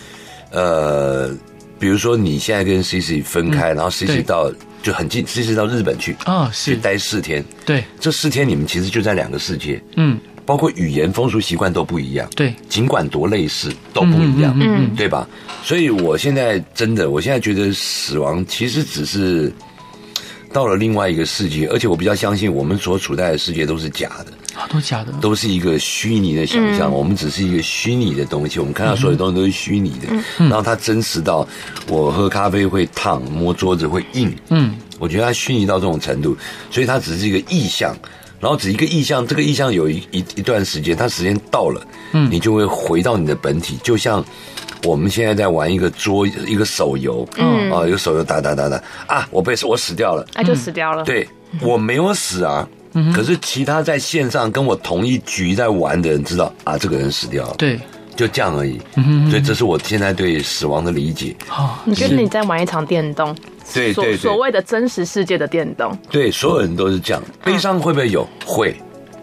Speaker 2: 呃，比如说你现在跟 CC 分开，然后 CC
Speaker 1: 嗯对
Speaker 2: 到就很近，CC 到日本去
Speaker 1: 啊、
Speaker 2: 去
Speaker 1: 是，
Speaker 2: 待四天，
Speaker 1: 对，
Speaker 2: 这四天你们其实就在两个世界，
Speaker 1: 嗯，
Speaker 2: 包括语言、风俗习惯都不一样。
Speaker 1: 对，
Speaker 2: 尽管多类似，都不一样，
Speaker 1: 嗯
Speaker 2: 对吧？所以我现在真的，我现在觉得死亡其实只是到了另外一个世界，而且我比较相信我们所处在的世界都是假的，
Speaker 1: 好多假的，
Speaker 2: 都是一个虚拟的想象，我们只是一个虚拟的东西，我们看到所有东西都是虚拟的，然后它真实到我喝咖啡会烫，摸桌子会硬，
Speaker 1: 嗯，
Speaker 2: 我觉得它虚拟到这种程度，所以它只是一个意象，然后只一个意象，这个意象有一一一段时间，它时间到了，嗯，你就会回到你的本体，就像我们现在在玩一个桌一个手游，嗯，啊，有手游打打打打啊，我被我死掉了，
Speaker 3: 那啊就死掉了。
Speaker 2: 嗯对我没有死啊。可是其他在线上跟我同一局在玩的人知道啊，这个人死掉了，
Speaker 1: 对，
Speaker 2: 就这样而已。所以这是我现在对死亡的理解。
Speaker 1: 啊、
Speaker 3: 你觉得你在玩一场电动？
Speaker 2: 对
Speaker 3: 所
Speaker 2: 对
Speaker 3: 所
Speaker 2: 对，
Speaker 3: 谓嗯的真实世界的电动，
Speaker 2: 对，所有人都是这样。悲伤会不会有？会。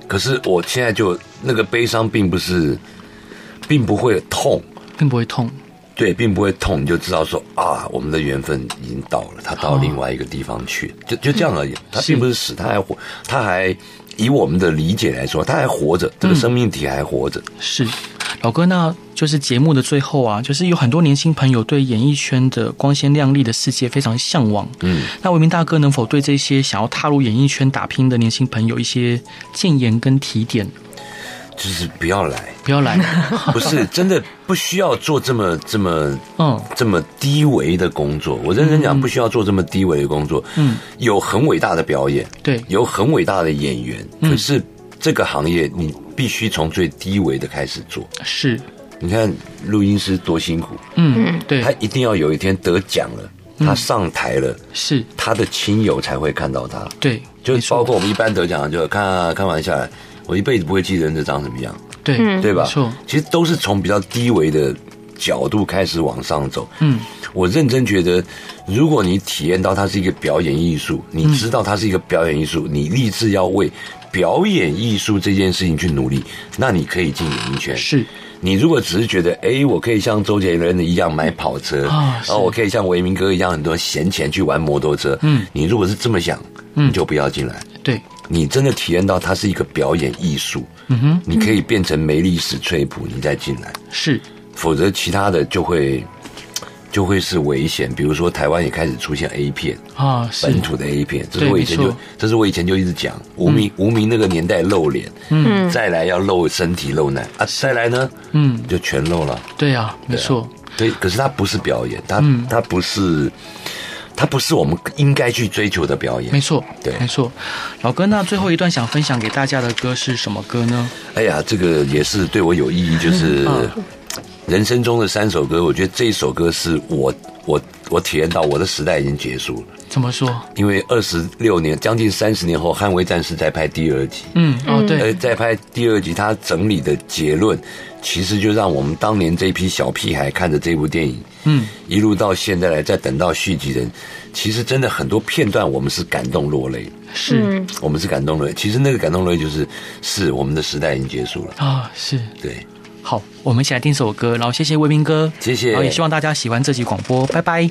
Speaker 2: 可是我现在就那个悲伤并不是，并不会痛，
Speaker 1: 并不会痛，
Speaker 2: 对，并不会痛，你就知道说啊，我们的缘分已经到了，他到另外一个地方去，就就这样而已。他并不是死，他还活，他还以我们的理解来说，他还活着，这个生命体还活着。
Speaker 1: 是，老哥，那就是节目的最后啊，就是有很多年轻朋友对演艺圈的光鲜亮丽的世界非常向往。
Speaker 2: 嗯，
Speaker 1: 那维明大哥能否对这些想要踏入演艺圈打拼的年轻朋友一些建言跟提点？
Speaker 2: 就是不要来，
Speaker 1: 不要来，
Speaker 2: 不是真的不需要做这么这么
Speaker 1: 嗯，
Speaker 2: 这么低维的工作。我认真讲，不需要做这么低维的工作。
Speaker 1: 嗯，
Speaker 2: 有很伟大的表演，
Speaker 1: 对，
Speaker 2: 有很伟大的演员，可是这个行业你必须从最低维的开始做。
Speaker 1: 是，
Speaker 2: 你看录音师多辛苦，
Speaker 1: 嗯，
Speaker 2: 他
Speaker 1: 对，嗯
Speaker 2: 一定要有一天得奖了，他上台了，
Speaker 1: 是，
Speaker 2: 他的亲友才会看到他。
Speaker 1: 对，
Speaker 2: 就
Speaker 1: 没
Speaker 2: 是包
Speaker 1: 错，
Speaker 2: 括我们一般得奖，就看啊看完下来，我一辈子不会记得人家长什么样，
Speaker 3: 嗯
Speaker 1: 对，
Speaker 2: 对吧
Speaker 1: 嗯没错？
Speaker 2: 其实都是从比较低维的角度开始往上走。
Speaker 1: 嗯，
Speaker 2: 我认真觉得，如果你体验到它是一个表演艺术，你知道它是一个表演艺术，你立志要为表演艺术这件事情去努力，那你可以进演艺圈。
Speaker 1: 是
Speaker 2: 你如果只是觉得，哎，我可以像周杰伦一样买跑车，
Speaker 1: 啊是
Speaker 2: 然后我可以像维明哥一样很多闲钱去玩摩托车，
Speaker 1: 嗯
Speaker 2: 你如果是这么想，你就不要进来。
Speaker 1: 对，
Speaker 2: 你真的体验到它是一个表演艺术，嗯哼，你可以变成梅丽史翠普，你再进来，
Speaker 1: 是
Speaker 2: 否则其他的就会就会是危险。比如说台湾也开始出现 A 片，
Speaker 1: 啊，是
Speaker 2: 本土的 A 片，这是
Speaker 1: 对
Speaker 2: 我以前
Speaker 1: 没
Speaker 2: 就
Speaker 1: 错嗯
Speaker 2: 这是我以前就一直讲，无名无名那个年代露脸，嗯，再来要露身体露奶啊，再来呢，
Speaker 1: 嗯，
Speaker 2: 就全露了。
Speaker 1: 对啊，没错，
Speaker 2: 对，可是它不是表演，它
Speaker 1: 嗯
Speaker 2: 它不是它不是我们应该去追求的表演
Speaker 1: 没。错，
Speaker 2: 对
Speaker 1: 没错。老哥，那最后一段想分享给大家的歌是什么歌呢？
Speaker 2: 哎呀，这个也是对我有意义，就是
Speaker 1: 嗯
Speaker 2: 人生中的三首歌，我觉得这一首歌是我我我体验到我的时代已经结束了，
Speaker 1: 怎么说？
Speaker 2: 因为二十六年将近三十年后，《捍卫战士》在拍第二集，
Speaker 1: 嗯，哦，对，
Speaker 2: 呃，在拍第二集，他整理的结论，其实就让我们当年这批小屁孩看着这部电影，
Speaker 1: 嗯，
Speaker 2: 一路到现在来，再等到续集人，其实真的很多片段我们是感动落泪，
Speaker 1: 是
Speaker 2: 我们是感动落泪。其实那个感动落泪就是，是我们的时代已经结束了。
Speaker 1: 啊，是。
Speaker 2: 对，
Speaker 1: 好，我们一起来听首歌，然后谢谢卫兵哥，
Speaker 2: 谢谢
Speaker 1: 然后也希望大家喜欢这集广播，拜拜。